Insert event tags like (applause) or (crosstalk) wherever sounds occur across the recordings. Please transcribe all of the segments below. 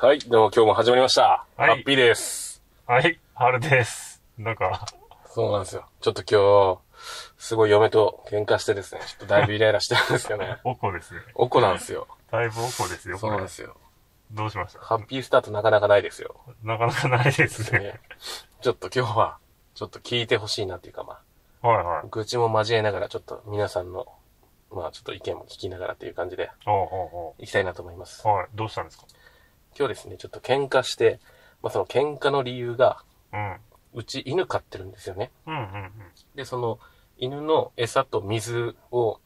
はい、でも今日も始まりました。はいハッピーです。はい、あれです。なんか、。そうなんですよ。ちょっと今日、すごい嫁と喧嘩してですね、ちょっとだいぶイライラしてるんですよね (laughs) おこですね。おこなんですよ。だいぶおこですよ、そこうなんれで。すよ。どうしましたハッピースタートなかなかないですよ。なかなかないですね。 (laughs) ねちょっと今日は、ちょっと聞いてほしいなっていうか、まはいあ、はい。愚痴も交えながら、ちょっと皆さんの、まあちょっと意見も聞きながらっていう感じで、おうおういきたいなと思いますおう。はい、どうしたんですか今日ですね、ちょっと喧嘩して、まあその喧嘩の理由が、うん。うち犬飼ってるんですよね。うんうんうん。で、その、犬の餌と水を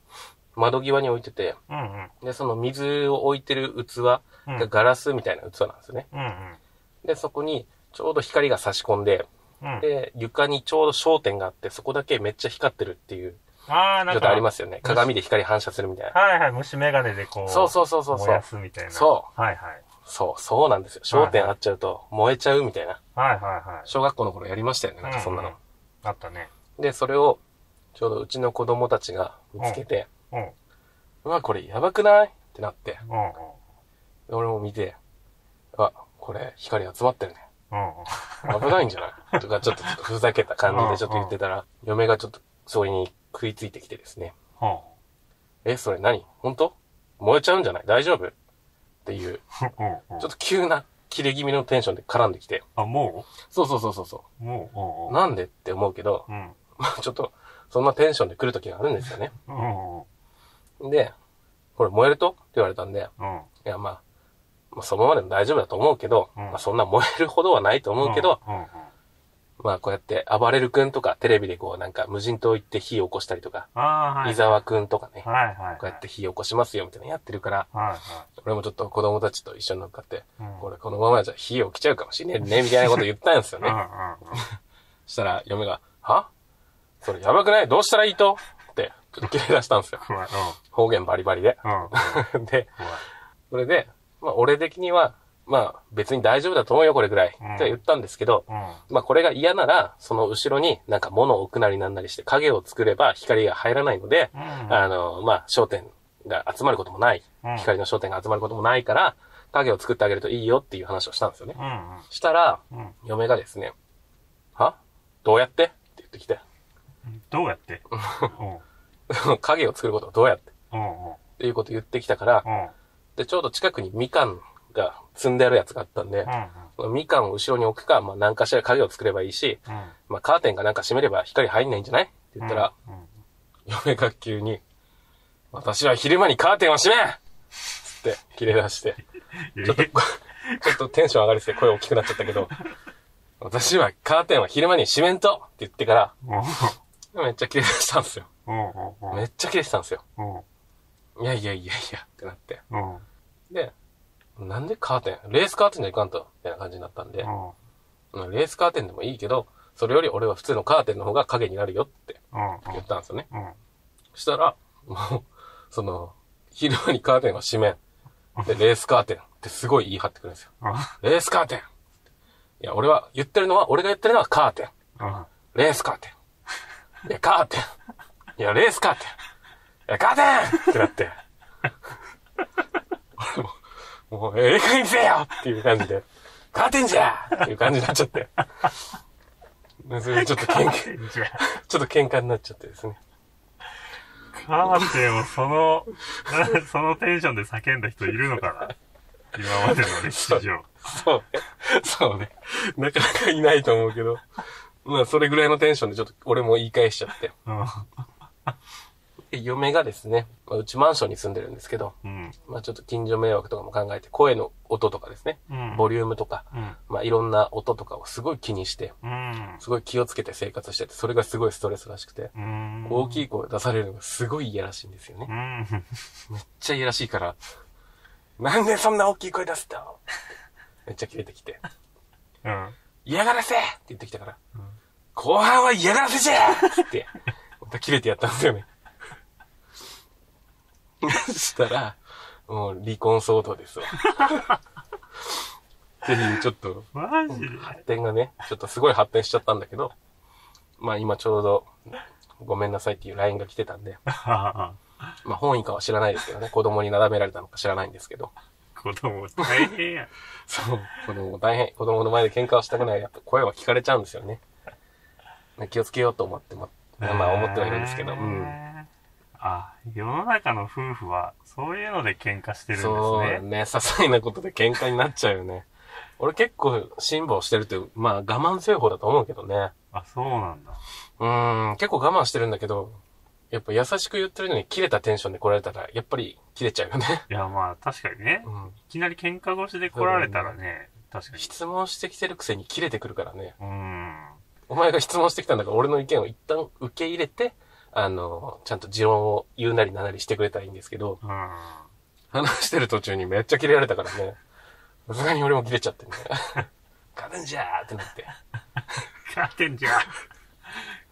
窓際に置いてて、うんうん。で、その水を置いてる器がうんうん。ガラスみたいな器なんですね。うんで、そこにちょうど光が差し込んで、うん。で、床にちょうど焦点があって、そこだけめっちゃ光ってるっていうああ、なん状か、態ありますよね。鏡で光反射するみたいな。はいはい、虫眼鏡でこう、そうそうそうそうそ燃うや。すみたいな。。そうはいはい。そう、そうなんですよ。焦点合っちゃうと燃えちゃうみたいな。はいはいはい。小学校の頃やりましたよね、なんかそんなうのう。あったね。で、それを、ちょうどうちの子供たちが見つけて、うん。うんうわ、これやばくないってなって、うん。俺も見て、あ、これ光集まってるね。うんうん。危ないんじゃない (laughs) とか、ちょっとちょっとふざけた感じでちょっと言ってたら、嫁がちょっとそれに食いついてきてですね、ほえ、それ何本当燃えちゃうんじゃない大丈夫っていう、うほうほうちょっと急な切れ気味のテンションで絡んできて、あ、もそうそうそうそうそうもうおう、うおうなんでって思うけど、 (laughs) うん。まあちょっと、そんなテンションで来る時があるんですよね。うんうんで、これ燃えるとって言われたんで、うん。いや、まあ、まあ、そのままでも大丈夫だと思うけど、うんまあ、そんな燃えるほどはないと思うけど、うんうんうん。まあ、こうやって、暴れる君とか、テレビでこう、なんか、無人島行って火起こしたりとか、ああ、はい。伊沢くんとかね、こはいはいはい。うやって火起こしますよ、みたいなのやってるから、はいは俺もちょっと子供たちと一緒に乗っかって、い。うんこれこのままじゃ火起きちゃうかもしれねえね、みたいなこと言ったんですようんうね。んうんそしたら、嫁が、はそれやばくないどうしたらいいとって、ちょっと切れ出したんですよ。怖い。方言バリバリで。 (laughs) うん。うん。で、怖い。それで、まあ、俺的には、まあ、別に大丈夫だと思うよ、これぐらい。うんって言ったんですけど、うん。まあ、これが嫌なら、その後ろになんか物を置くなりなんなりして影を作れば光が入らないので、うん。あの、まあ、焦点が集まることもない。うん光の焦点が集まることもないから、影を作ってあげるといいよっていう話をしたんですよね。うん。したら、うん。嫁がですね、はどうやってって言ってきて。 (laughs) どうやってうん。影を作ることはどうやってっうん。うん。ていうことを言ってきたから、うん。で、ちょうど近くにみかんが積んであるやつがあったんで、みかんを後ろに置くか、まあ何かしら影を作ればいいし、うん。まあカーテンかなんか閉めれば光入んないんじゃないって言ったら、、嫁が急に、私は昼間にカーテンを閉めつって、切れ出して、ちょっと、ち (laughs) ょっとテンション上がりすぎて声大きくなっちゃったけど、私はカーテンは昼間に閉めんとって言ってから、うん。めっちゃ切れ出したんですよ。うん。うん。うん。めっちゃ切れてたんですよ。うん。いやいやいやいやってなって。うん。で、なんでカーテンレースカーテンじゃいかんと、みたいな感じになったんで、うん。うんレースカーテンでもいいけど、それより俺は普通のカーテンの方が影になるよって言ったんですよね。うん。そしたら、もう、その、昼間にカーテンは閉めん。で、レースカーテンってすごい言い張ってくるんですよ。レースカーテンいや、俺は言ってるのは、俺が言ってるのはカーテン。レースカーテン。いや、カーテン。いや、レースカーテン。いや、カーテンってなって。俺も、もう、ええかいせえよっていう感じで、カーテンじゃっていう感じになっちゃって。でそれでちょっと喧嘩、ちょっと喧嘩になっちゃってですね。カーテンをその、そのテンションで叫んだ人いるのかな今までの歴史上。そうね。そうね。なかなかいないと思うけど。まあ、それぐらいのテンションでちょっと俺も言い返しちゃって。うん。で嫁がですね、まあうちマンションに住んでるんですけど、うん。まあちょっと近所迷惑とかも考えて、声の音とかですね、うん。ボリュームとか、うん。まあいろんな音とかをすごい気にして、うん。すごい気をつけて生活してて、それがすごいストレスらしくて、うん。大きい声出されるのがすごい嫌らしいんですよね。うめっん。ちゃ嫌らしいから、なんでそんな大きい声出すんだめっちゃキレてきて、うん。嫌がらせって言ってきたから、うん後半は嫌がらせじゃーって、また切れてやったんですよね。そしたら、もう離婚騒動ですわ。 (laughs) っていう、ちょっと、マジで発展がね、ちょっとすごい発展しちゃったんだけど、まあ今ちょうど、ごめんなさいっていう LINE が来てたんで、まあ本意かは知らないですけどね、子供に並べられたのか知らないんですけど、子供大変や。そう、子供も大変、子供の前で喧嘩をしたくない。やっぱ声は聞かれちゃうんですよね。気をつけようと思って、ま、まあ思ってはいるんですけど、へーうん。あ、世の中の夫婦は、そういうので喧嘩してるんですそうだね。ね。些細なことで喧嘩になっちゃうよね。俺結構辛抱してるという、まあ我慢強い方だと思うけどね。あ、そうなんだ。うーん、結構我慢してるんだけど、やっぱ優しく言ってるのに切れたテンションで来られたら、やっぱり切れちゃうよね。いや、まあ、確かにね。うん。いきなり喧嘩越しで来られたらね、確かに。質問してきてるくせに切れてくるからね。うーん。お前が質問してきたんだから俺の意見を一旦受け入れて、あの、ちゃんと持論を言うなりなんなりしてくれたらいいんですけど、うん。話してる途中にめっちゃ切れられたからね。さすがに俺も切れちゃってね。勝てんじゃーってなって。カーテンじゃー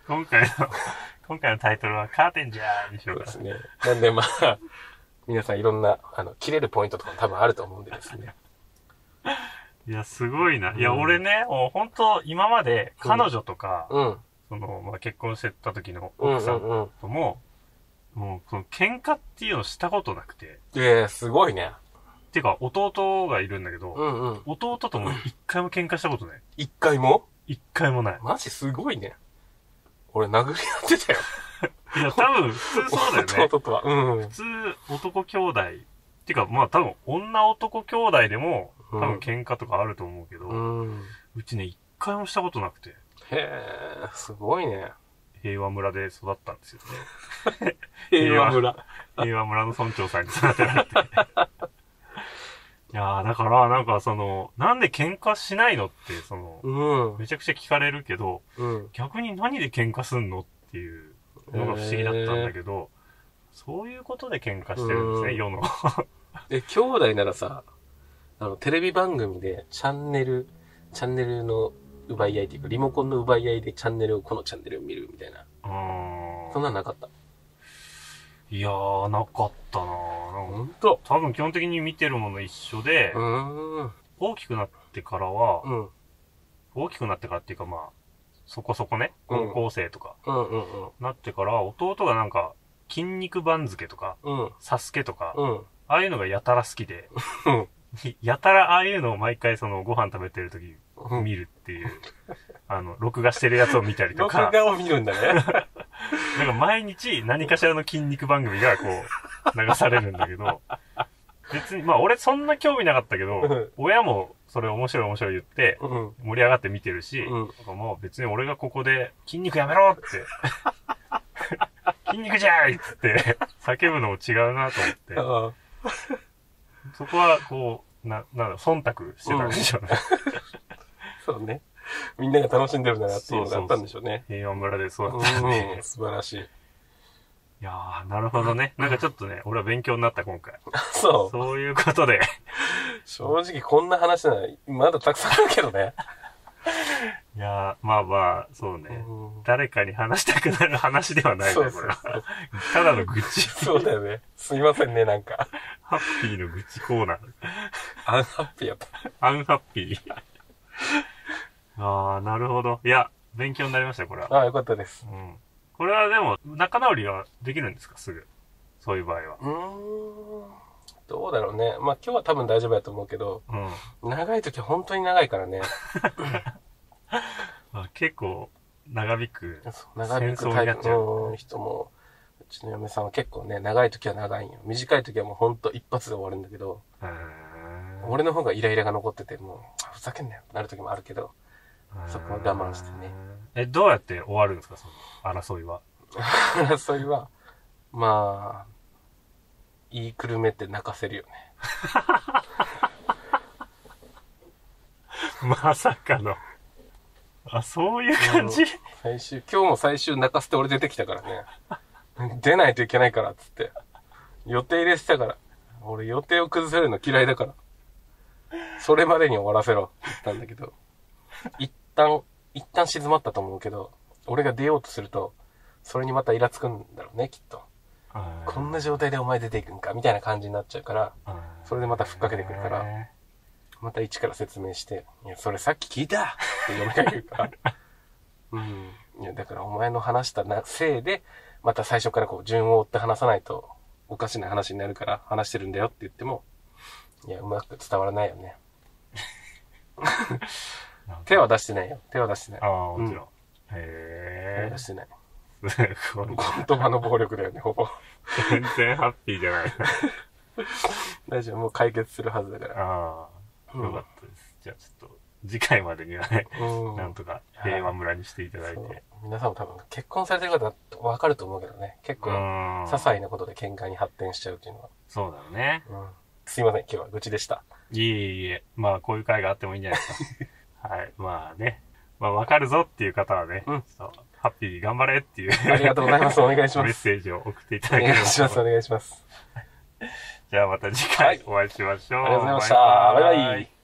今回の、今回のタイトルはカーテンじゃーにしよそううでかす。ね。なんでまあ、皆さんいろんな、あの、切れるポイントとかも多分あると思うんでですね。いや、すごいな。いや、うん俺ね、もう本当今まで彼女とか、うん。その、まあ、結婚してた時のうん奥うさんんうん。とも、もう、その喧嘩っていうのしたことなくて。ええすごいね。てか、弟がいるんだけど、うんうん。弟とも一回も喧嘩したことない。一回も一回もない。マジすごいね。俺殴り合ってた (laughs) よ。いや、多分、普通そうだよね。 (laughs) 弟とは。うんうん。普通、男兄弟、ってか、まあ多分、女男兄弟でも、多分喧嘩とかあると思うけど、ううん。ちね、一回もしたことなくて、へえ、すごいね。平和村で育ったんですよね。平和村。 (laughs) 平和村の村長さんに育てられて。いやー、だから、なんかその、なんで喧嘩しないのって、その、うん。めちゃくちゃ聞かれるけど、うん。逆に何で喧嘩すんのっていうのが不思議だったんだけど、そういうことで喧嘩してるんですうね、ん世の。え、兄弟ならさ、あの、テレビ番組でチャンネル、チャンネルの奪い合いっていうか、リモコンの奪い合いでチャンネルを、このチャンネルを見るみたいな。うーんそんなのなかった。いやー、なかったなーなんかほんと多分基本的に見てるもの一緒で、うーん。大きくなってからは、うん。大きくなってからっていうかまあ、そこそこね、うん高校生とか、うんうんうん。なってから、弟がなんか、筋肉番付とか、うん。サスケとか、うん。ああいうのがやたら好きでうん、やたらああいうのを毎回そのご飯食べてる時うん見るっていう、あの、録画してるやつを見たりと録か、画を見るんだね。なんか毎日何かしらの筋肉番組がこう、流されるんだけど、別に、まあ俺そんな興味なかったけうどん、親もそれ面白い面白い言って、うん。盛り上がって見てるし、うんなんかもう別に俺がここで、筋肉やめろって、 (laughs) 筋肉じゃーいっつって、叫ぶのも違うなと思っあて、そこはこう、な、なんだろう、忖度してたんでしょうね。あ、そうね。みんなが楽しんでるんだなっていうのがあったんでしょうね。平和村でそうだうったんでん。。素晴らしい。いやー、なるほどね。なんかちょっとね、俺は勉強になった今回。そう。そういうことで。正直こんな話なら、まだたくさんあるけどね。いやー、まあまあ、そうね。誰かに話したくなる話ではないそうね、そこうれは。ただの愚痴。そうだよね。すいませんね、なんか。ハッピーの愚痴コーナー。アンハッピーやった。アンハッピー。ああ、なるほど。いや、勉強になりましたよ、これは。ああ、よかったです。うん。これはでも、仲直りはできるんですか、すぐ。そういう場合は。うーん。どうだろうね。まあ今日は多分大丈夫やと思うけど、うん。長い時は本当に長いからね。あ結構、長引く。そう長引戦く争タになイっプちゃうの人も、うちの嫁さんは結構ね、長い時は長いんよ。短い時はもう本当一発で終わるんだけど、うーん俺の方がイライラが残ってて、もう、あふざけんなよってなる時もあるけど、そこは我慢してね。え、どうやって終わるんですか、その争いは。 (laughs) 争いは、まあ、言いくるめって泣かせるよね。まさかの。あ、そういう感じ、最終、今日も最終泣かせて俺出てきたからね。出ないといけないから、つって。予定入れてたから。俺予定を崩せるの嫌いだから。それまでに終わらせろ、って言ったんだけど。一旦、一旦静まったと思うけど、俺が出ようとすると、それにまたイラつくんだろうね、きっと。あーこんな状態でお前出ていくんか、みたいな感じになっちゃうから、あーそれでまたふっかけてくるからえまた一から説明して、いや、それさっき聞いたって嫁が言うから。 (laughs) うん。いや、だからお前の話したなせいで、また最初からこう、順を追って話さないと、おかしな話になるから話してるんだよって言っても、いや、うまく伝わらないよね。手は出してないよ。手は出してない。ああ、もち手ろん。はへえ出。してない。すごい。言葉の暴力だよね、ほぼ。全然ハッピーじゃない。大丈夫、もう解決するはずだから。ああ、うんよかったです。じゃあちょっと、次回までにはね、うんなんとか平和村にしていただいて。そう皆さんも多分結婚されてる方だとわかると思うけどね。結う構、ん些細なことで喧嘩に発展しちゃうっていうのは。そうだよね。うんすいません、今日は愚痴でした。いえいえ、まあこういう会があってもいいんじゃないです (laughs) か。はい、まあね。まあわかるぞっていう方はね、うんちょっとハッピー頑張れっていうありがとうございます。お願いしメまッす。セージを送っていたおだけれ願ば。いします。お願いします。じゃあまた次は回いお会いしましょう。ありがとうございました。バイバイ。